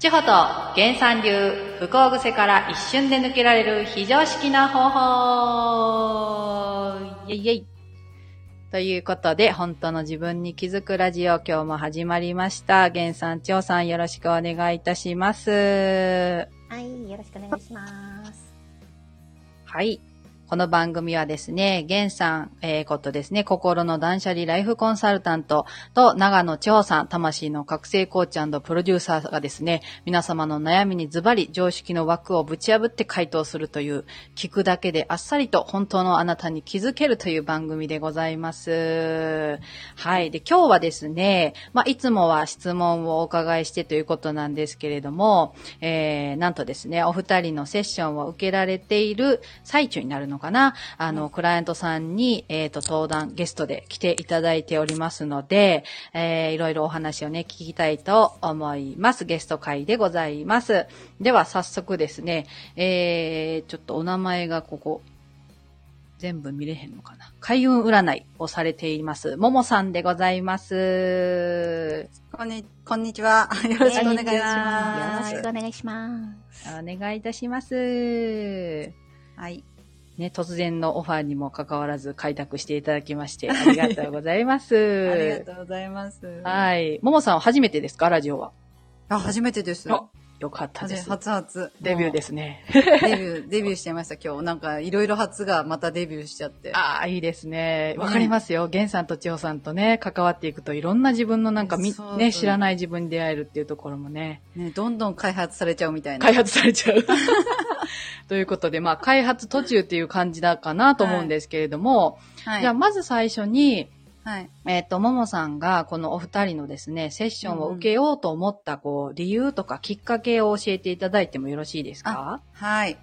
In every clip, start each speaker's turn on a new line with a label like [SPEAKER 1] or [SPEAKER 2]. [SPEAKER 1] 地方と原産流不幸癖から一瞬で抜けられる非常識な方法イェイイェイということで、本当の自分に気づくラジオ、今日も始まりました。原さん、千代さん、よろしくお願いいたします。
[SPEAKER 2] はい、よろしくお願いします。
[SPEAKER 1] はい。この番組はですね、ゲンさん、えーことですね、心の断捨離ライフコンサルタントと、長野千穂さん、魂の覚醒コーチプロデューサーがですね、皆様の悩みにズバリ常識の枠をぶち破って回答するという、聞くだけであっさりと本当のあなたに気づけるという番組でございます。はい。で、今日はですね、まあ、いつもは質問をお伺いしてということなんですけれども、えー、なんとですね、お二人のセッションを受けられている最中になるのかな、あの、クライアントさんに、えっ、と、登壇、ゲストで来ていただいておりますので、えー、いろいろお話をね、聞きたいと思います。ゲスト会でございます。では、早速ですね、えー、ちょっとお名前がここ、全部見れへんのかな。開運占いをされています。ももさんでございます。
[SPEAKER 3] こんに、こんにち は。よろしくお願いしま
[SPEAKER 1] は
[SPEAKER 3] す。
[SPEAKER 2] よろしくお願いします。
[SPEAKER 1] お願いいたします。
[SPEAKER 3] はい。
[SPEAKER 1] ね、突然のオファーにもかかわらず開拓していただきまして、ありがとうございます。
[SPEAKER 3] ありがとうございます。い。
[SPEAKER 1] はい。ももさんは初めてですかラジオは。
[SPEAKER 3] あ、初めてです。
[SPEAKER 1] あよかった
[SPEAKER 3] 初
[SPEAKER 1] で
[SPEAKER 3] め
[SPEAKER 1] す。
[SPEAKER 3] 初初。。
[SPEAKER 1] デビューですすね。
[SPEAKER 3] デビュー、 デビューしちゃいました、今日。なんか、いろいろ初がまたデビューしちゃって。
[SPEAKER 1] ああ、いいですね。わかりますよ。ゲンさんと千穂さんとね、関わっていくといろんな自分のなんかみ
[SPEAKER 3] そうそ、う
[SPEAKER 1] ね、知らない自分に出会えるっていうところもね、
[SPEAKER 3] ね、どんどん開発されちゃうみたいな。
[SPEAKER 1] 開発され ちゃう。ということで、まあ、開発途中っていう感じだかなと思うんですけれども、
[SPEAKER 3] は
[SPEAKER 1] じゃあ
[SPEAKER 3] い。
[SPEAKER 1] まず最初に、
[SPEAKER 3] はい。
[SPEAKER 1] えっ、と、ももさんが、このお二人のですね、セッションを受けようと思った、こう、理由とかきっかけを教えていただいてもよろしいですか
[SPEAKER 3] はい。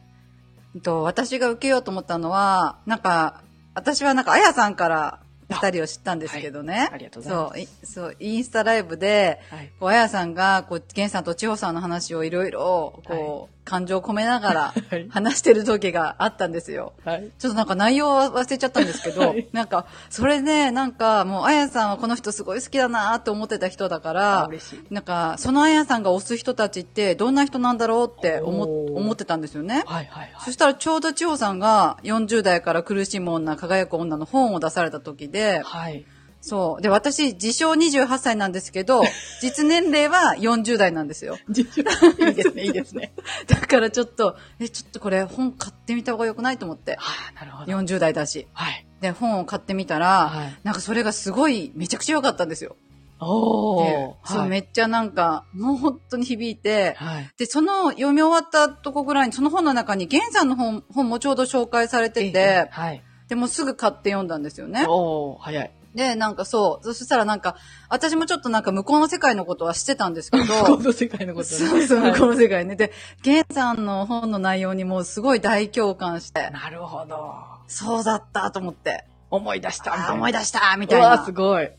[SPEAKER 3] えっと、私が受けようと思ったのは、なんか、私はなんか、あやさんから二人を知ったんですけどね。
[SPEAKER 1] ありがとうございま
[SPEAKER 3] そう、いそう、インスタライブで、
[SPEAKER 1] す。はい。
[SPEAKER 3] こう、あやさんが、こう、ゲンさんと千穂さんの話をいろいろ、こう、感情を込めながら
[SPEAKER 1] はい
[SPEAKER 3] 話してる時があったんですよ。
[SPEAKER 1] はい。
[SPEAKER 3] ちょっとなんか内容は忘れちゃったんですけ ど、
[SPEAKER 1] はい
[SPEAKER 3] なんか、それね、なんかもう、あやさんはこの人すごい好きだなと思ってた人だか
[SPEAKER 1] あ、
[SPEAKER 3] ら、
[SPEAKER 1] 嬉しい。
[SPEAKER 3] なんか、そのあやさんが推す人たちって、どんな人なんだろうって思っ
[SPEAKER 1] おー
[SPEAKER 3] 思ってたんですよね。
[SPEAKER 1] はいはいは
[SPEAKER 3] そ
[SPEAKER 1] い。
[SPEAKER 3] したらちょうど千穂さんが40代から苦しむ女、輝く女の本を出された時 で、
[SPEAKER 1] はい。
[SPEAKER 3] そう。で、私、自称28歳なんです けど、実年齢は40代なんですよ。
[SPEAKER 1] いいですね、いいですね。
[SPEAKER 3] だからちょっと、え、ちょっとこれ本買ってみた方が良くないと思って。
[SPEAKER 1] はあ、なるほど。
[SPEAKER 3] 40代だし。
[SPEAKER 1] はい。
[SPEAKER 3] で、本を買ってみたら、
[SPEAKER 1] はい
[SPEAKER 3] なんかそれがすごい、めちゃくちゃ良かったんですよ。
[SPEAKER 1] お
[SPEAKER 3] で
[SPEAKER 1] ー。
[SPEAKER 3] そう、
[SPEAKER 1] はい。
[SPEAKER 3] めっちゃなんか、もう本当に響いて、
[SPEAKER 1] はい。
[SPEAKER 3] で、その読み終わったとこぐらいに、その本の中に、源さんの本本もちょうど紹介されてて、
[SPEAKER 1] はい。
[SPEAKER 3] でもうすぐ買って読んだんですよね。
[SPEAKER 1] おー、早い。
[SPEAKER 3] で、なんかそう、そそしたらなんか、私もちょっとなんか向こうの世界のことはしてたんですけど、
[SPEAKER 1] この世界のことね
[SPEAKER 3] そうそう、
[SPEAKER 1] はい
[SPEAKER 3] 向こうの世界ね。で、ゲンさんの本の内容にもうすごい大共感して、
[SPEAKER 1] なるほど。
[SPEAKER 3] そうだったと思って、
[SPEAKER 1] 思い出したみたい
[SPEAKER 3] あ
[SPEAKER 1] な。
[SPEAKER 3] ー思い
[SPEAKER 1] 出し
[SPEAKER 3] 出したみ
[SPEAKER 1] み
[SPEAKER 3] た
[SPEAKER 1] た
[SPEAKER 3] い
[SPEAKER 1] いな。わー、す
[SPEAKER 3] な。
[SPEAKER 1] ごい。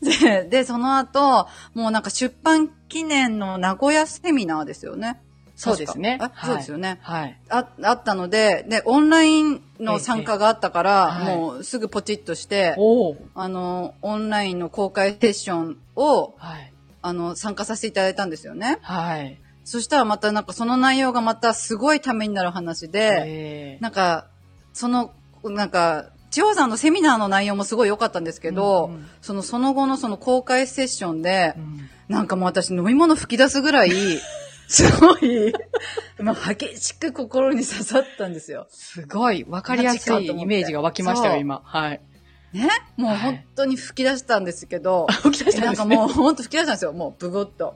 [SPEAKER 3] で、でその後、もうなんか出版記念の名古屋セミナーですよね。
[SPEAKER 1] そうですね
[SPEAKER 3] 確
[SPEAKER 1] は
[SPEAKER 3] か
[SPEAKER 1] い
[SPEAKER 3] あそうですよね。
[SPEAKER 1] はい。
[SPEAKER 3] ああったので、で、オンラインの参加があったから、
[SPEAKER 1] ええはい
[SPEAKER 3] もうすぐポチッとして、
[SPEAKER 1] おー。
[SPEAKER 3] あの、オンラインの公開セッションを、
[SPEAKER 1] はい。
[SPEAKER 3] あの、参加させていただいたんですよね。
[SPEAKER 1] はい。
[SPEAKER 3] そしたらまたなんかその内容がまたすごいためになる話で、
[SPEAKER 1] え
[SPEAKER 3] なんか、その、なんか、千代さんのセミナーの内容もすごい良かったんですけど、
[SPEAKER 1] うんうん
[SPEAKER 3] そのその後のその公開セッションで
[SPEAKER 1] ーう、ん
[SPEAKER 3] なんかもう私飲み物吹き出す ぐらい、すごい、まあ激しく心に刺さったんですよ。
[SPEAKER 1] すごい、わかりやすいイメージが湧きましたよ、今。はい。
[SPEAKER 3] ねも
[SPEAKER 1] は
[SPEAKER 3] う
[SPEAKER 1] い
[SPEAKER 3] 本当に吹き出したんです けど、
[SPEAKER 1] 起き出し
[SPEAKER 3] えな
[SPEAKER 1] たん
[SPEAKER 3] ん
[SPEAKER 1] ですね。
[SPEAKER 3] かもう本当吹き出したんですよ、もうブゴッと。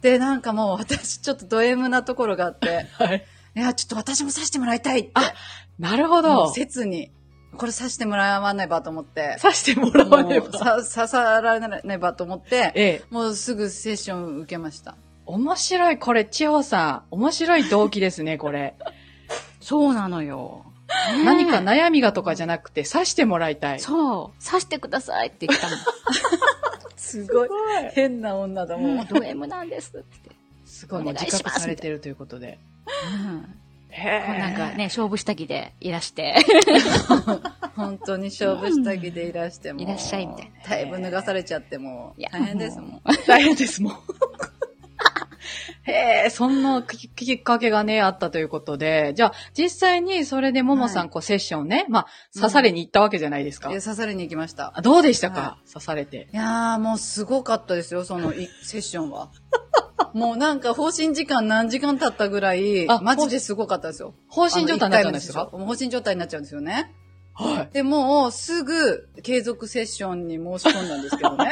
[SPEAKER 3] で、なんかもう私ちょっとド M なところがあって、
[SPEAKER 1] はい。
[SPEAKER 3] いや、ちょっと私も刺してもらいたいって。
[SPEAKER 1] なるほ
[SPEAKER 3] もう
[SPEAKER 1] ど。
[SPEAKER 3] 切に、これ刺してもらわねばと思って、
[SPEAKER 1] さして もらわね
[SPEAKER 3] もう
[SPEAKER 1] ば。
[SPEAKER 3] さ刺さらねばと思って、
[SPEAKER 1] ええ。
[SPEAKER 3] もうすぐセッション受けました。
[SPEAKER 1] 面白い、これ、千穂さん。面白い動機ですね、これ。
[SPEAKER 2] そうなのよ。
[SPEAKER 1] 何か悩みがとかじゃなくて、さしてもらいたい。
[SPEAKER 2] そう。刺してくださいって言った の。
[SPEAKER 3] すごい。変な女だもん。
[SPEAKER 2] ド M なんですって。
[SPEAKER 1] すごい、
[SPEAKER 2] お
[SPEAKER 1] もう
[SPEAKER 2] 願いし
[SPEAKER 1] 自
[SPEAKER 2] ます
[SPEAKER 1] 覚されてるということで。
[SPEAKER 2] うん。
[SPEAKER 1] へえ。
[SPEAKER 2] なんかね、勝負下着でいらして。
[SPEAKER 3] 本当に勝負下着でいらしても。
[SPEAKER 2] いらっしゃいみたい
[SPEAKER 3] な。だいぶ脱がされちゃってもう
[SPEAKER 2] いや
[SPEAKER 3] 大変ですもん。
[SPEAKER 1] 大変です、もう。へえ、そんなききっかけがね、あったということで、じゃあ、実際にそれでももさん、こう、セッションね、まあ、刺されに行ったわけじゃないですか。
[SPEAKER 3] いや刺されに行きました。
[SPEAKER 1] あどうでしたか、
[SPEAKER 3] は
[SPEAKER 1] 刺されて。
[SPEAKER 3] いやー、もうすごかったですよ、そのいセッションは。もうなんか放心時間何時間経ったぐらい、
[SPEAKER 1] あ
[SPEAKER 3] マジですごかったですよ。
[SPEAKER 1] 放心状態になっちゃうんです
[SPEAKER 3] あの
[SPEAKER 1] か
[SPEAKER 3] 一回目のセッションもう放心状態になっちゃうんですよね。
[SPEAKER 1] はい。
[SPEAKER 3] で、もうすぐ継続セッションに申し込んだんですけ どね。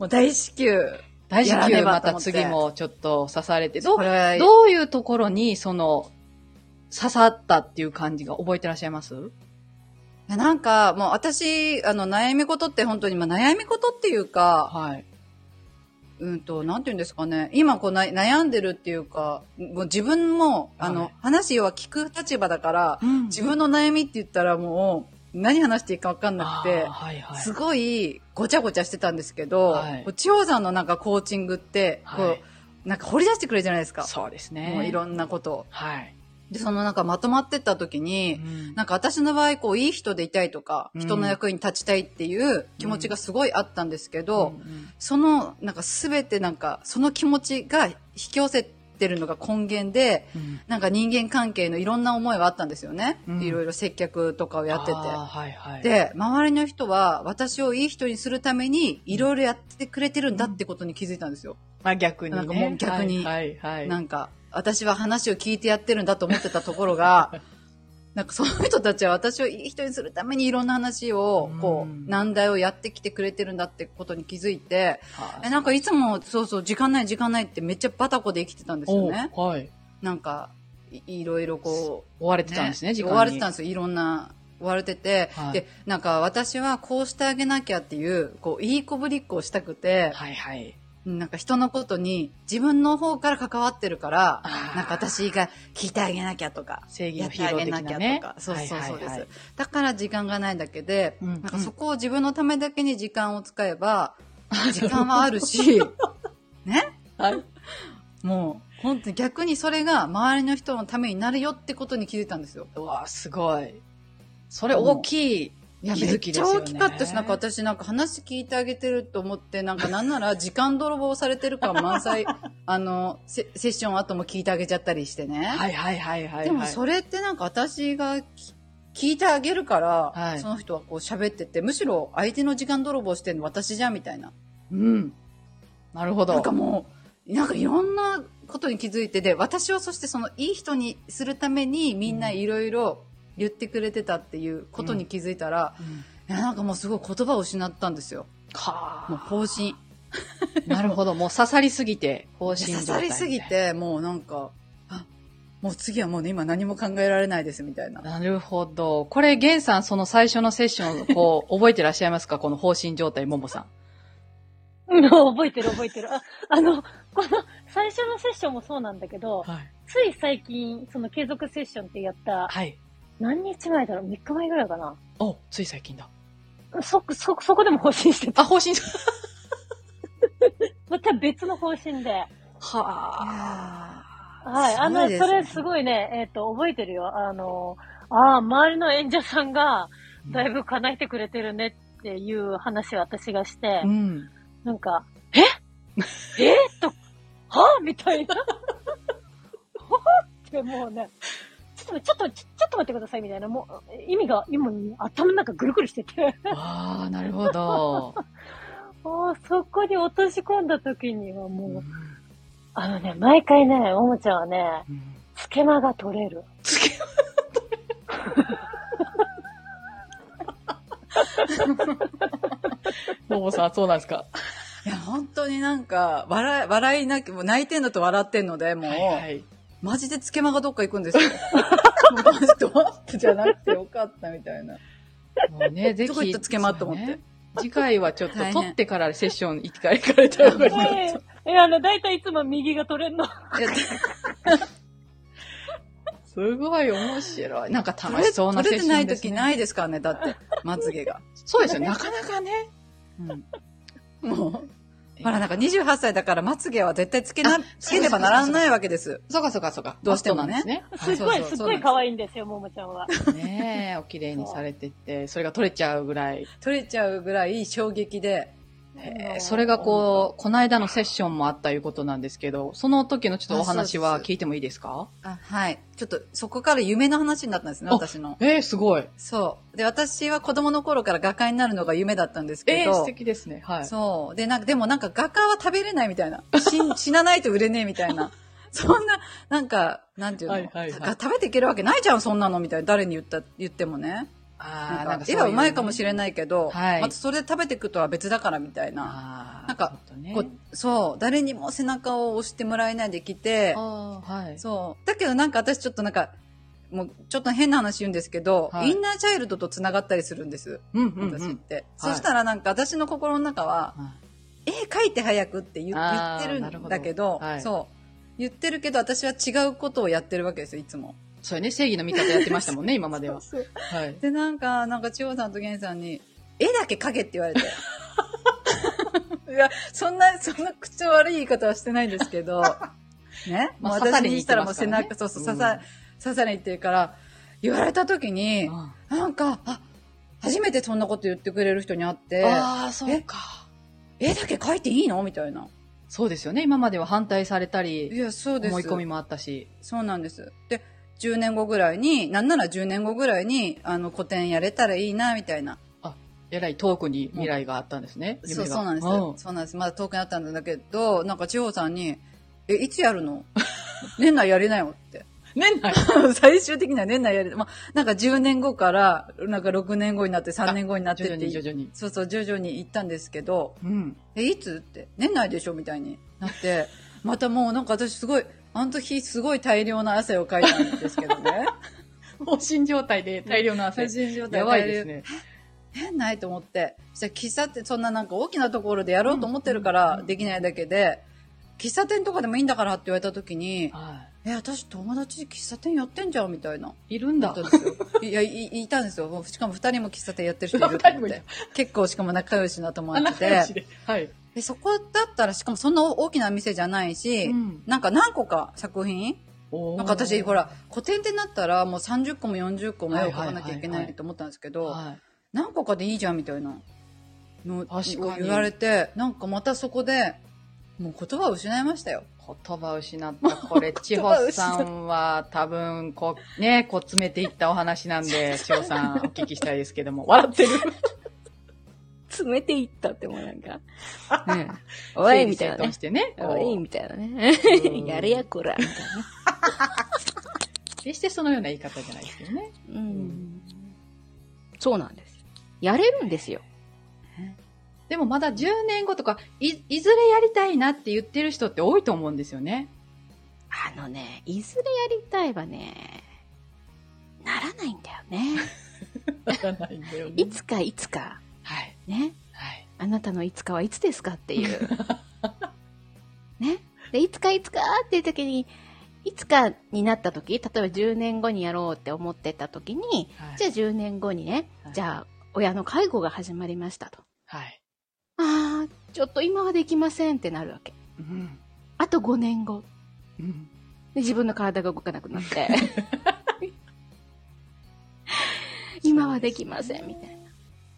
[SPEAKER 3] もう大至急。
[SPEAKER 1] 大至
[SPEAKER 3] やら
[SPEAKER 1] 急
[SPEAKER 3] ね
[SPEAKER 1] ま
[SPEAKER 3] ばと
[SPEAKER 1] た
[SPEAKER 3] 思って
[SPEAKER 1] 次もちょっと刺されて、どう、
[SPEAKER 3] れ
[SPEAKER 1] どういうところに、その、刺さったっていう感じが覚えてらっしゃいます
[SPEAKER 3] いやなんか、もう私、あの、悩み事って本当に、まあ悩み事っていうか、
[SPEAKER 1] はい。
[SPEAKER 3] うんと、なんて言うんですかね。今こうな悩んでるっていうか、もう自分も、あの、
[SPEAKER 1] はい
[SPEAKER 3] 話は聞く立場だから、自分の悩みって言ったらもう、何話していいかわかんなくて
[SPEAKER 1] あー、はいはい。
[SPEAKER 3] すごいごちゃごちゃしてたんですけど、
[SPEAKER 1] はい
[SPEAKER 3] こう千代さんのなんかコーチングって、
[SPEAKER 1] は
[SPEAKER 3] こ、
[SPEAKER 1] いう
[SPEAKER 3] なんか掘り出してくれるじゃないですか。
[SPEAKER 1] そうですね。
[SPEAKER 3] もういろんなことを。
[SPEAKER 1] はい。
[SPEAKER 3] で、そのなんかまとまってった時に、
[SPEAKER 1] な
[SPEAKER 3] なんんか私の場合、こう、いい人でいたいとか、
[SPEAKER 1] うん
[SPEAKER 3] 人の役に立ちたいっていう気持ちがすごいあったんですけ
[SPEAKER 1] と、
[SPEAKER 3] ど、
[SPEAKER 1] うん
[SPEAKER 3] その、なんかすべてなんか、その気持ちが引き寄せてるのが根源で、
[SPEAKER 1] うん
[SPEAKER 3] なんか人間関係のいろんな思いはあったんですよね。
[SPEAKER 1] うん
[SPEAKER 3] いろいろ接客とかをやってて。
[SPEAKER 1] あーはいはい。、
[SPEAKER 3] で、周りの人は私をいい人にするためにいろいろやってくれてるんだってことに気づいたんですよ。
[SPEAKER 1] まあ逆にね。
[SPEAKER 3] なんかもう逆に
[SPEAKER 1] はいはいはい。
[SPEAKER 3] なんか、私は話を聞いてやってるんだと思ってたとこ ろが、なんかその人たちは私をいい人にするためにいろんな話を、こ
[SPEAKER 1] うん
[SPEAKER 3] う、難題をやってきてくれてるんだってことに気づいて、
[SPEAKER 1] はい
[SPEAKER 3] えなんかいつも、そうそう、時間ない時間ないってめっちゃバタコで生きてたんですよね。
[SPEAKER 1] おはい。
[SPEAKER 3] なんか、いいろいろこう、
[SPEAKER 1] 追われてたんですね、時間に。
[SPEAKER 3] 追われてたんですよ。いろんな、追われてて、
[SPEAKER 1] はい
[SPEAKER 3] で、なんか私はこうしてあげなきゃっていう、こう、いいこぶりっこをしたくて、
[SPEAKER 1] はいはい。
[SPEAKER 3] なんか人のことに自分の方から関わってるから
[SPEAKER 1] あ、ー
[SPEAKER 3] なんか私が聞いてあげなきゃとか、
[SPEAKER 1] 正義
[SPEAKER 3] や
[SPEAKER 1] の
[SPEAKER 3] っ
[SPEAKER 1] ヒ
[SPEAKER 3] てあ
[SPEAKER 1] ーロー
[SPEAKER 3] げ
[SPEAKER 1] 的
[SPEAKER 3] なき
[SPEAKER 1] な
[SPEAKER 3] ゃ
[SPEAKER 1] ね
[SPEAKER 3] と。か、そうそうそうです、
[SPEAKER 1] はいはい
[SPEAKER 3] だから時間がないだけで、
[SPEAKER 1] うん
[SPEAKER 3] なんかそこを自分のためだけに時間を使えば、 時間はあるし、
[SPEAKER 1] はいはい。
[SPEAKER 3] もう本当に逆にそれが周りの人のためになるよってことに気づいたんですよ。
[SPEAKER 1] うわあすごい。それ大きい。
[SPEAKER 3] いや、
[SPEAKER 1] 気
[SPEAKER 3] め
[SPEAKER 1] づ
[SPEAKER 3] っ
[SPEAKER 1] きです
[SPEAKER 3] ちゃ
[SPEAKER 1] よね
[SPEAKER 3] 大きかったし、なんか私なんか話聞いてあげてると思って、なんかなんなら時間泥棒されてる感満載、 あの、セセッション後も聞いてあげちゃったりしてね。
[SPEAKER 1] はいはいはいはいはい。
[SPEAKER 3] でもそれってなんか私がき聞いてあげるから、
[SPEAKER 1] はい
[SPEAKER 3] その人はこう喋ってて、むしろ相手の時間泥棒してんの私じゃんみたいな。
[SPEAKER 1] うん。なるほど。
[SPEAKER 3] なんかもう、なんかいろんなことに気づいてで、私はそしてそのいい人にするためにみんないろいろ言ってくれてたっていうことに気づいたら、
[SPEAKER 1] うん、
[SPEAKER 3] いやなんかもうすごい言葉を失ったんですよ。
[SPEAKER 1] か
[SPEAKER 3] もう方針。
[SPEAKER 1] あなるほど。もう刺さりすぎて、方針
[SPEAKER 3] 刺
[SPEAKER 1] 状
[SPEAKER 3] さ
[SPEAKER 1] 態み
[SPEAKER 3] り
[SPEAKER 1] た
[SPEAKER 3] す
[SPEAKER 1] いな
[SPEAKER 3] ぎ。て、もうなんか、あ、もう次はもうね、今何も考えられないですみたいな。
[SPEAKER 1] なるほど。これ、ゲンさん、その最初のセッションを、こう、覚えてらっしゃいますかこの方針状態、ももさん。
[SPEAKER 4] うん、覚えてる覚えてる。ああの、この最初のセッションもそうなんだけど、
[SPEAKER 1] はい。
[SPEAKER 4] つい最近、その継続セッションってやった、
[SPEAKER 1] はい。
[SPEAKER 4] 何日前だろう ?3 日前ぐらいかな。
[SPEAKER 1] お、つい最近だ。
[SPEAKER 4] そ、そ、そこでも方針してた。
[SPEAKER 1] あ、方針、
[SPEAKER 4] また別の方針で。
[SPEAKER 1] はあ。
[SPEAKER 4] はい。あの、
[SPEAKER 3] す
[SPEAKER 4] そ
[SPEAKER 3] ごい
[SPEAKER 4] れ
[SPEAKER 3] ですね
[SPEAKER 4] すごいね、えっ、と、覚えてるよ。あの、ああ、周りの演者さんが、だいぶ叶えてくれてるねっていう話を私がして、
[SPEAKER 1] うん。
[SPEAKER 4] なんか、え えっと、はみたいな。は ってもうね、ちょっと、ちょっと、ちょちょっと待ってくださいみたいな、もう、意味が、今、頭の中ぐるぐるしてて、
[SPEAKER 1] ああ、なるほど。
[SPEAKER 4] もうそこに落とし込んだ時には
[SPEAKER 1] う
[SPEAKER 4] もう、
[SPEAKER 1] ん
[SPEAKER 4] あのね、毎回ね、おもちゃんはね、
[SPEAKER 1] うん
[SPEAKER 4] つけ間が取れる。
[SPEAKER 1] ももさん、そうなんですか。
[SPEAKER 3] いや、本当になんか、笑い、笑いなき、もう泣いてんのと笑ってんので、もう、
[SPEAKER 1] い。
[SPEAKER 3] マジでつけ間がどっか行くん ですよ。もうマジドアップじゃなくてよかったみたいな。
[SPEAKER 1] もうね、ぜひ。
[SPEAKER 3] どこ行ったつけまと思って
[SPEAKER 1] そうね。次回はちょっと
[SPEAKER 3] 大変
[SPEAKER 1] 取ってからセッション行かれ行かれたら
[SPEAKER 4] ええええあの、だいたいいつも右が取れんの。
[SPEAKER 3] いや
[SPEAKER 1] すごい面白い。なんか
[SPEAKER 3] 取
[SPEAKER 1] 楽
[SPEAKER 3] れ
[SPEAKER 1] しそうなセ
[SPEAKER 3] 取
[SPEAKER 1] ッ
[SPEAKER 3] れて
[SPEAKER 1] ショ
[SPEAKER 3] な
[SPEAKER 1] ン
[SPEAKER 3] い
[SPEAKER 1] です、ね。
[SPEAKER 3] 時ないですからね、だって、まつげが。
[SPEAKER 1] そうですよ、なかなかね。
[SPEAKER 3] うん、もう、ほら、なんか28歳だから、まつげは絶対つけな、つけねばならないわけです。
[SPEAKER 1] そうかそうかそうか。
[SPEAKER 3] どうしてもね
[SPEAKER 1] あそうなんです
[SPEAKER 4] すっごい、すっごい
[SPEAKER 1] 可
[SPEAKER 4] 可愛いんですよ、ももちゃんは。
[SPEAKER 1] 愛い。ねえ、お綺麗にされてて、それが取れちゃうぐらい。
[SPEAKER 3] 取れちゃうぐらい衝撃で、
[SPEAKER 1] へえそれがこう、この間のセッションもあったいうことなんですけど、その時のちょっとお話
[SPEAKER 3] あそ
[SPEAKER 1] は
[SPEAKER 3] うです
[SPEAKER 1] 聞いてもいいですか
[SPEAKER 3] あはい。ちょっと、そこから夢の話になったんですね、
[SPEAKER 1] あ
[SPEAKER 3] 私の。
[SPEAKER 1] えー、すごい。
[SPEAKER 3] そう。で、私は子供の頃から画家になるのが夢だったんですけ
[SPEAKER 1] えー、
[SPEAKER 3] ど、
[SPEAKER 1] 素敵ですね。はい。
[SPEAKER 3] そう。で、なんか、でもなんか画家は食べれないみたいな。 死ん死なないと売れねえみたいな。そんな、なんか、なんていうの、
[SPEAKER 1] はいはいはい
[SPEAKER 3] が食べていけるわけないじゃん、そんなのみたいな。誰に言った、言ってもね。
[SPEAKER 1] あー
[SPEAKER 3] なんか絵
[SPEAKER 1] そ
[SPEAKER 3] はうまいかもし
[SPEAKER 1] ない。
[SPEAKER 3] れないけど、
[SPEAKER 1] はい
[SPEAKER 3] またそれで食べていくとは別だからみたいな。
[SPEAKER 1] あー
[SPEAKER 3] なんか、
[SPEAKER 1] ちょっとね
[SPEAKER 3] こうそう、誰にも背中を押してもらえないできて、
[SPEAKER 1] あーはい。
[SPEAKER 3] そう。だけどなんか私ちょっとなんか、もうちょっと変な話言うんですけど、
[SPEAKER 1] はい
[SPEAKER 3] インナーチャイルドと繋がったりするんです。
[SPEAKER 1] うんうんう
[SPEAKER 3] 私っ
[SPEAKER 1] ん。
[SPEAKER 3] て。そしたらなんか私の心の中は、絵描いて早くって言言
[SPEAKER 1] あ
[SPEAKER 3] っ
[SPEAKER 1] ー
[SPEAKER 3] てる
[SPEAKER 1] なるほ
[SPEAKER 3] ん
[SPEAKER 1] ど
[SPEAKER 3] だけど、
[SPEAKER 1] はい
[SPEAKER 3] そう。言ってるけど私は違うことをやってるわけですよ、いつも。
[SPEAKER 1] そうよね、正義の味方やってましたも んね、今までは。
[SPEAKER 3] そうそう
[SPEAKER 1] はい。
[SPEAKER 3] で、なんか、なんか千代さんと源さんに、絵だけ描けって言わ れて。いや、そんな、そんな口悪い言い方はしてないんですけど、ね。
[SPEAKER 1] ま
[SPEAKER 3] ま
[SPEAKER 1] あ
[SPEAKER 3] あ、
[SPEAKER 1] 刺さ
[SPEAKER 3] 私
[SPEAKER 1] れに行
[SPEAKER 3] にし
[SPEAKER 1] って
[SPEAKER 3] たらも
[SPEAKER 1] ま
[SPEAKER 3] う
[SPEAKER 1] すか
[SPEAKER 3] 背
[SPEAKER 1] らね
[SPEAKER 3] 中、そうそう、
[SPEAKER 1] うん
[SPEAKER 3] 刺さ、刺されに行ってるから、言われた時に、
[SPEAKER 1] あ
[SPEAKER 3] なんか、あ、初めてそんなこと言ってくれる人に会って、
[SPEAKER 1] あー、そうか。
[SPEAKER 3] 絵だけ描いていいのみたいな。
[SPEAKER 1] そうですよね、今までは反対された
[SPEAKER 3] い
[SPEAKER 1] り、
[SPEAKER 3] や、そうです。
[SPEAKER 1] 思い込みもあったし。
[SPEAKER 3] そうなんです。で、10年後ぐらいに、なんなら10年後ぐらいに、あの、個展やれたらいいな、みたいな。
[SPEAKER 1] えらい遠くに未来があったんですね。
[SPEAKER 3] そ
[SPEAKER 1] 夢
[SPEAKER 3] う、
[SPEAKER 1] が
[SPEAKER 3] そうなんです。そうなんです。まだ遠くにあったんだけど、なんか地方さんに、え、いつやるの 年内やれなよって。
[SPEAKER 1] 年内
[SPEAKER 3] 最終的には年内やれ、まあ、なんか10年後から、なんか6年後になって3年後になって
[SPEAKER 1] 徐
[SPEAKER 3] っ
[SPEAKER 1] 々に徐
[SPEAKER 3] て、
[SPEAKER 1] 々に。
[SPEAKER 3] そうそう、徐々に行ったんですけど、
[SPEAKER 1] うん。
[SPEAKER 3] え、いつって、年内でしょみたいになって、またもうなんか私すごい、あの時すごい大量な汗をかいたんですけどね。
[SPEAKER 1] 放心状態で大量の汗
[SPEAKER 3] 精。神状態
[SPEAKER 1] やばいですね。
[SPEAKER 3] 変ないと思って。そしたら喫茶店、そんななんか大きなところでやろうと思ってるからできないだけで、喫茶店とかでもいいんだからって言われた時に、
[SPEAKER 1] は
[SPEAKER 3] え、私友達で喫茶店やってんじゃんみたいな。
[SPEAKER 1] い。いるん
[SPEAKER 3] だ
[SPEAKER 1] だ
[SPEAKER 3] った。んですよ。いや、い、いたんですよ。しかも二人も喫茶店やってる人いると
[SPEAKER 1] 二人
[SPEAKER 3] 思
[SPEAKER 1] も
[SPEAKER 3] っ
[SPEAKER 1] いた
[SPEAKER 3] て。結構しかも仲良しな友
[SPEAKER 1] 穴
[SPEAKER 3] 達
[SPEAKER 1] 返し
[SPEAKER 3] で。
[SPEAKER 1] で。はい。
[SPEAKER 3] で、そこだったらしかもそんな大きな店じゃないし、
[SPEAKER 1] うん
[SPEAKER 3] なんか何個か作品
[SPEAKER 1] な
[SPEAKER 3] なんか私、ほ、ら、古典ってなったらもう30個も40個も絵を描かな
[SPEAKER 1] はいはい
[SPEAKER 3] きゃいけ
[SPEAKER 1] はい
[SPEAKER 3] な
[SPEAKER 1] はい
[SPEAKER 3] いと思ったんですけど、
[SPEAKER 1] はい
[SPEAKER 3] 何個かでいいじゃんみたいなの
[SPEAKER 1] 確かに
[SPEAKER 3] 言われてなんかまたそこでもう言葉を失いましたよ
[SPEAKER 1] 言葉を失った。これ、千穂さんは多分、こう、ね、こう詰めていったお話なんで、千穂さんお聞きしたいですけども。笑ってる。
[SPEAKER 2] 詰めていったってもうなんか。
[SPEAKER 1] ね、
[SPEAKER 2] おいみたい
[SPEAKER 1] 整理整
[SPEAKER 2] な
[SPEAKER 1] 頓
[SPEAKER 2] ね
[SPEAKER 1] し。てね。こう
[SPEAKER 2] おいみたいなね。
[SPEAKER 1] うん
[SPEAKER 2] やれやこら。みたいな。
[SPEAKER 1] 決してそのような言い方じゃないですけどね。
[SPEAKER 2] うん。そうなんです。やれるんですよ。
[SPEAKER 1] でもまだ10年後とかい、いずれやりたいなって言ってる人って多いと思うんですよね。
[SPEAKER 2] あのね、いずれやりたいはね、ならないんだよね。
[SPEAKER 1] ならないんだよ
[SPEAKER 2] いつかいつか、
[SPEAKER 1] はい。
[SPEAKER 2] ね。
[SPEAKER 1] はい。
[SPEAKER 2] あなたのいつかはいつですかっていう。 ね。で、いつかいつかっていう時に、いつかになった時、例えば10年後にやろうって思ってた時に、
[SPEAKER 1] はい
[SPEAKER 2] じゃあ10年後にね、
[SPEAKER 1] はい
[SPEAKER 2] じゃあ親の介護が始まりましたと。
[SPEAKER 1] はい。
[SPEAKER 2] あー、ちょっと今はできませんってなるわけ。
[SPEAKER 1] うん。
[SPEAKER 2] あと5年後。
[SPEAKER 1] うん。
[SPEAKER 2] で自分の体が動かなく なって。今はできませんみたい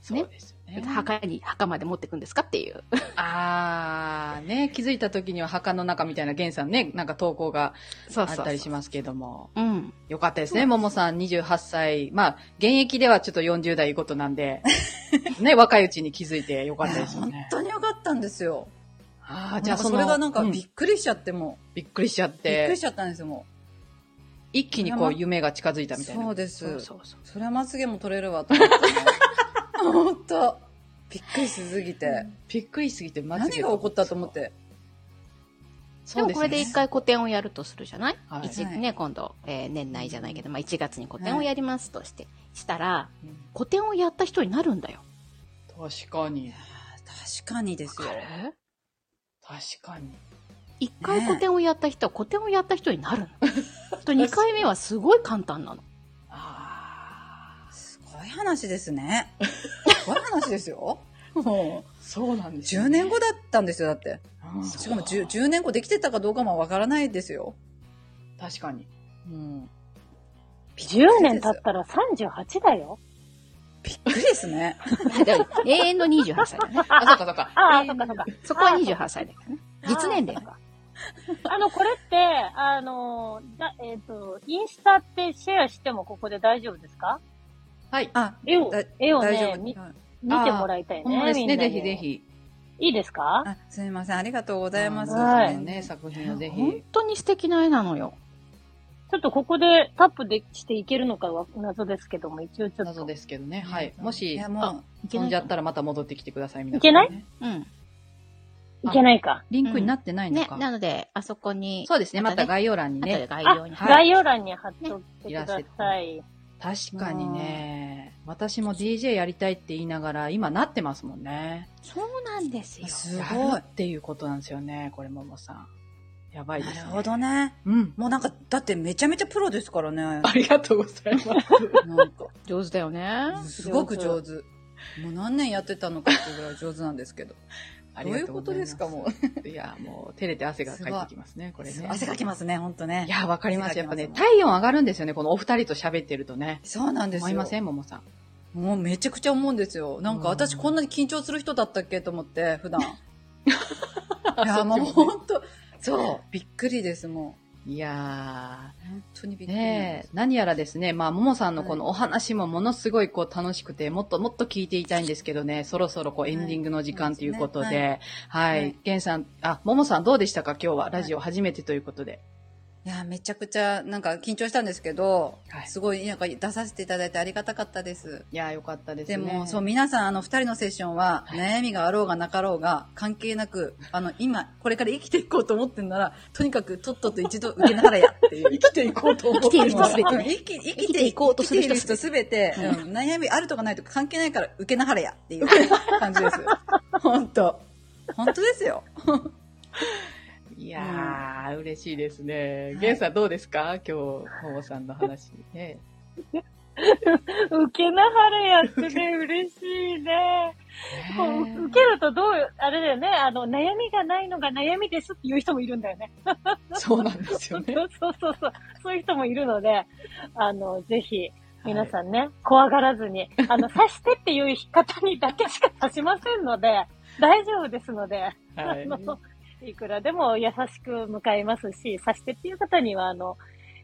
[SPEAKER 1] そうですよね。
[SPEAKER 2] な。墓に、墓まで持ってくんですかっていう。
[SPEAKER 1] あー、ね、気づいた時には墓の中みたいな、ゲンさんね、なんか投稿が
[SPEAKER 2] そ
[SPEAKER 1] あ
[SPEAKER 2] うそうそう
[SPEAKER 1] ったりしますけども。
[SPEAKER 2] うん。
[SPEAKER 1] よかったですね、ももさん28歳。まあ、現役ではちょっと40代いうことなんで、ね、若いうちに気づいてよかったですよ
[SPEAKER 3] 本
[SPEAKER 1] ね。
[SPEAKER 3] 当によかったんですよ
[SPEAKER 1] あー
[SPEAKER 3] じゃあそれがなんか
[SPEAKER 1] う
[SPEAKER 3] びっくりしちゃっても
[SPEAKER 1] びっくりしちゃっ
[SPEAKER 3] うびっく
[SPEAKER 1] て
[SPEAKER 3] りし、ちゃったんですよも
[SPEAKER 1] 一気にこう夢が近づいた
[SPEAKER 3] う
[SPEAKER 1] みたいな。
[SPEAKER 3] そうで
[SPEAKER 2] そ
[SPEAKER 3] す
[SPEAKER 2] う
[SPEAKER 3] そ
[SPEAKER 2] そうそう。
[SPEAKER 3] りゃまつげも取れるわと思ってね 本当びっくりしすぎて
[SPEAKER 1] びっくりしすぎて、ま
[SPEAKER 3] 何が起こったと思っ。て
[SPEAKER 2] で
[SPEAKER 1] そう
[SPEAKER 2] も
[SPEAKER 1] です
[SPEAKER 2] こ
[SPEAKER 1] ね
[SPEAKER 2] れで一、回個展をやるとするじゃない、
[SPEAKER 1] はい
[SPEAKER 2] 一ね、今度、えー年内じゃないけど、まあ、1月に個展をやりますとして、したら、
[SPEAKER 1] うん
[SPEAKER 2] 個展をやった人になるんだよ。
[SPEAKER 1] 確かに。
[SPEAKER 3] 確かにですよ
[SPEAKER 1] 確かに。
[SPEAKER 2] 一回
[SPEAKER 3] ね
[SPEAKER 2] 個展をやった人は個展をやった人になるの。と二回目はすごい簡 単なの。
[SPEAKER 1] ああ。
[SPEAKER 3] すごい話ですねすごい話ですよもう
[SPEAKER 1] そうなんですよ
[SPEAKER 3] 10年後だったんですよだって
[SPEAKER 1] うん
[SPEAKER 2] そう
[SPEAKER 3] しかも 10, 10年後できてたかどうかもわからないですよ。
[SPEAKER 1] 確かに。
[SPEAKER 3] うん。
[SPEAKER 4] 10年経ったら38だよ。
[SPEAKER 3] びっくりですね。
[SPEAKER 2] だから永遠の28 歳だね。
[SPEAKER 3] あ、そうかそうか。
[SPEAKER 4] ああ、そっかそっか。
[SPEAKER 2] そこは28歳だからね。実年齢だから。
[SPEAKER 4] あの、これって、あの、だえっ、と、インスタってシェアしてもここで大丈夫ですか
[SPEAKER 1] はい。
[SPEAKER 3] あ、
[SPEAKER 4] 絵を
[SPEAKER 3] だ、
[SPEAKER 4] 絵を
[SPEAKER 3] 大丈
[SPEAKER 4] ね、
[SPEAKER 3] 夫。
[SPEAKER 4] み
[SPEAKER 3] はい
[SPEAKER 4] 見てもらいたい
[SPEAKER 1] ほんま
[SPEAKER 4] ね。
[SPEAKER 1] です
[SPEAKER 4] みん
[SPEAKER 1] ね。
[SPEAKER 4] なに
[SPEAKER 1] ぜひぜ。ひ。
[SPEAKER 4] いいですか
[SPEAKER 3] あ、すみません。ありがとうございます。
[SPEAKER 4] はい
[SPEAKER 1] そうね、作品をぜひ。
[SPEAKER 2] 本当に素敵な絵なのよ。
[SPEAKER 4] ちょっとここでタップでしていけるのかは謎ですけども、一応ちょっ
[SPEAKER 1] 謎
[SPEAKER 4] と。
[SPEAKER 1] ですけどね。はい。も
[SPEAKER 3] い
[SPEAKER 1] し
[SPEAKER 3] や、、も
[SPEAKER 2] いけ
[SPEAKER 1] 飛
[SPEAKER 2] なんい
[SPEAKER 1] じゃ
[SPEAKER 2] か
[SPEAKER 1] ったらまた戻ってきてください。
[SPEAKER 4] いけない
[SPEAKER 1] い
[SPEAKER 2] なうん。
[SPEAKER 4] いけないか。
[SPEAKER 1] リンクになってないの
[SPEAKER 2] ね、
[SPEAKER 1] か。
[SPEAKER 2] なので、あそこに、
[SPEAKER 1] そうですね。ま
[SPEAKER 2] ま
[SPEAKER 1] た
[SPEAKER 2] たね
[SPEAKER 1] 概要欄に
[SPEAKER 2] あとで
[SPEAKER 1] ね。
[SPEAKER 2] 概要に。
[SPEAKER 1] はい
[SPEAKER 4] 概要欄に貼っとってくださ
[SPEAKER 1] ね
[SPEAKER 4] い。
[SPEAKER 1] 確かにね。私も DJ やりたいって言いながら、今なってますもんね。
[SPEAKER 2] そうなんですよ
[SPEAKER 3] う、。す
[SPEAKER 1] す
[SPEAKER 3] ご
[SPEAKER 1] ご
[SPEAKER 3] い
[SPEAKER 1] い。っ。ていうことなんですよね。これ、ももさん。やばいで
[SPEAKER 3] な
[SPEAKER 1] す、
[SPEAKER 3] る
[SPEAKER 1] ね。
[SPEAKER 3] ほどね。
[SPEAKER 1] うん。
[SPEAKER 3] もうなんか、だってめちゃめちゃプロで すからね。
[SPEAKER 1] ありがとうございます。
[SPEAKER 3] なんか、
[SPEAKER 2] 上手だよね。
[SPEAKER 3] すごく上手。もう何年やってたのかっていうぐらい上手なんですけど。どういうことですか、も
[SPEAKER 1] う。いや、もう、照れて汗がかいてきます ね、これね。
[SPEAKER 3] 汗かきますね、ほんとね
[SPEAKER 1] い。や、わかります。
[SPEAKER 3] 汗
[SPEAKER 1] やっぱ
[SPEAKER 3] かきます
[SPEAKER 1] ね、体温上がるんですよね、このお二人と喋ってるとね。
[SPEAKER 3] そうなんですよ。
[SPEAKER 1] 思いません、ももさん。
[SPEAKER 3] もうめちゃくちゃ思うんですよ。なんか私こんなに緊張する人だったっけと思って、普段。いや、もうほんと、そう、びっくりです、も
[SPEAKER 1] いや
[SPEAKER 3] う。本当にび
[SPEAKER 1] ー、
[SPEAKER 3] っくりなん
[SPEAKER 1] ね
[SPEAKER 3] で
[SPEAKER 1] え
[SPEAKER 3] す。
[SPEAKER 1] 何やらですね、まあ、ももさんのこのお話もものすごいこう楽しくて、もっともっと聞いていたいんですけどね、そろそろこうエンディングの時間ということ
[SPEAKER 3] はいそう
[SPEAKER 1] で、は
[SPEAKER 3] はい
[SPEAKER 1] い、ゲンさん、あ、ももさんどうでしたか今日は、ラジオ初めてということで。
[SPEAKER 3] いや、めちゃくちゃ、なんか緊張したんですけど、
[SPEAKER 1] はい
[SPEAKER 3] すごい、なんか出させていただいてありがたかったです。
[SPEAKER 1] いやー、よかったです
[SPEAKER 3] で
[SPEAKER 1] ね。
[SPEAKER 3] も、そう、皆さん、あの、二人のセッションは、悩みがあろうがなかろうが、関係なく、あの、今、これから生きていこうと思ってんなら、とにかく、とっとと一度受けながらやって いう。生きていこうと思
[SPEAKER 2] ってる人全てね
[SPEAKER 3] 生き、生
[SPEAKER 2] 生
[SPEAKER 3] き
[SPEAKER 2] き
[SPEAKER 3] て
[SPEAKER 2] て
[SPEAKER 3] い
[SPEAKER 2] い
[SPEAKER 3] こ
[SPEAKER 2] こ
[SPEAKER 3] う
[SPEAKER 2] う
[SPEAKER 3] と
[SPEAKER 2] と
[SPEAKER 3] す
[SPEAKER 2] す
[SPEAKER 3] る
[SPEAKER 2] る
[SPEAKER 3] 人
[SPEAKER 2] 人
[SPEAKER 3] すべて、
[SPEAKER 2] う
[SPEAKER 3] うん悩みあるとかないとか関係ないから、受けながらやっていう感じです。本当本当ですよ。
[SPEAKER 1] いやー、嬉しいですね。ゲンさんどうですか今日、ももさんの話ね。
[SPEAKER 4] 受けながらやってね、嬉しいね。こう受けるとどう、あれだよね、あの、悩みがないのが悩みですっていう人もいるんだよね。
[SPEAKER 1] そうなんです
[SPEAKER 4] そ
[SPEAKER 1] よ
[SPEAKER 4] う
[SPEAKER 1] ね。
[SPEAKER 4] そうそうそう。そういう人もいるので、あの、ぜひ、皆さんね、怖がらずに、あの、刺してっていう方にだけしか刺しませんので、大丈夫ですので、
[SPEAKER 1] はい。
[SPEAKER 4] あの、いくらでも優しく迎えますし、刺してっていう方には、あの、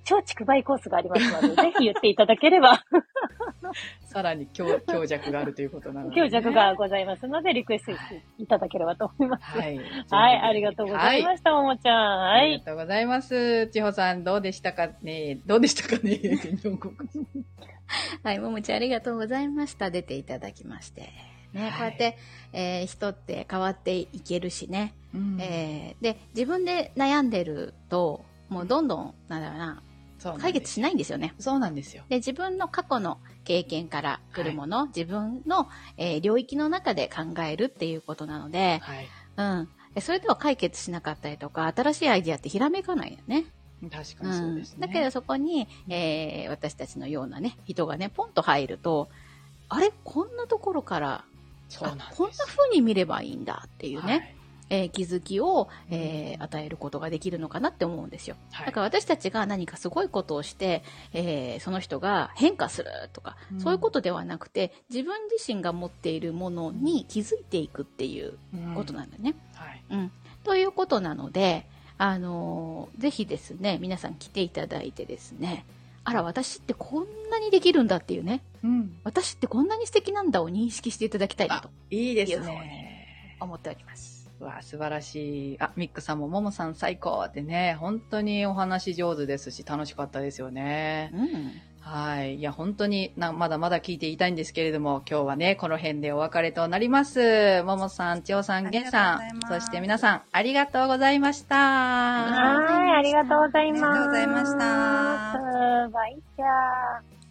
[SPEAKER 4] 超畜梅コースがあります ので、ぜひ言っていただければ、
[SPEAKER 1] さらに強強弱があるということなので、
[SPEAKER 4] 強弱。がございますので、リクエストしていただければと思います。
[SPEAKER 1] はい。
[SPEAKER 4] はい、ありがとうござい
[SPEAKER 1] は
[SPEAKER 4] ました、ももちゃん。
[SPEAKER 1] あ
[SPEAKER 4] は
[SPEAKER 1] り
[SPEAKER 4] い。
[SPEAKER 1] がとうございます。千穂さん、どうでしたかねどうでしたかね日本語
[SPEAKER 2] はい、ももちゃんありがとうございました。出ていただきまして。ね、こう
[SPEAKER 1] はい
[SPEAKER 2] やって、えー人って変わっていけるしね。
[SPEAKER 1] うん
[SPEAKER 2] えーで、自分で悩んでると、もうどんどん、なんだろうな、
[SPEAKER 1] そうなんです
[SPEAKER 2] 解決しないんですよね。
[SPEAKER 1] そうなんですよ。
[SPEAKER 2] で、自分の過去の経験から来るもの、自分の、えー領域の中で考えるっていうことなので、
[SPEAKER 1] はい。
[SPEAKER 2] うん。でそれでは解決しなかったりとか、新しいアイディアってひらめかないよね。
[SPEAKER 1] 確かにそうです
[SPEAKER 2] ん。
[SPEAKER 1] ね。
[SPEAKER 2] だけどそこに、えー私たちのようなね、人がね、ポンと入ると、あれこんなところから、
[SPEAKER 1] そうなんで
[SPEAKER 2] あ
[SPEAKER 1] す。
[SPEAKER 2] こんな風に見ればいいんだっていうね、
[SPEAKER 1] はい
[SPEAKER 2] えー気づきを、えー与えることができるのかなって思うんですよ。
[SPEAKER 1] はい
[SPEAKER 2] だから私たちが何かすごいことをして、えーその人が変化するとか、
[SPEAKER 1] うん
[SPEAKER 2] そういうことではなくて、自分自身が持っているものに気づいていくっていう
[SPEAKER 1] うん
[SPEAKER 2] ことなんだね。
[SPEAKER 1] はい。
[SPEAKER 2] うん。ということなので、あのーぜひですね、皆さん来ていただいてですね、あら、私ってこんなにできるんだっていうね、
[SPEAKER 1] うん。
[SPEAKER 2] 私ってこんなに素敵なんだを認識していただきたいなと
[SPEAKER 1] いいです
[SPEAKER 2] いいよ
[SPEAKER 1] ね。
[SPEAKER 2] 思っております。
[SPEAKER 1] わあ、素晴らしい。あ、ミックさんも、ももさん最高ってね、本当にお話上手ですし、楽しかったですよね。
[SPEAKER 2] うん。
[SPEAKER 1] はい。いや、本当にな、まだまだ聞いていたいんですけれども、今日はね、この辺でお別れとなります。ももさん、千代さん、
[SPEAKER 3] あ
[SPEAKER 1] げ
[SPEAKER 3] り
[SPEAKER 1] ん
[SPEAKER 3] がとうご
[SPEAKER 1] さ
[SPEAKER 3] ざい
[SPEAKER 1] ん、
[SPEAKER 3] ます
[SPEAKER 1] そして皆さん、ありがとうございました。
[SPEAKER 2] りがとうございました
[SPEAKER 4] はい、ありがとうございます。
[SPEAKER 3] ありがとうございました
[SPEAKER 4] バイチャー。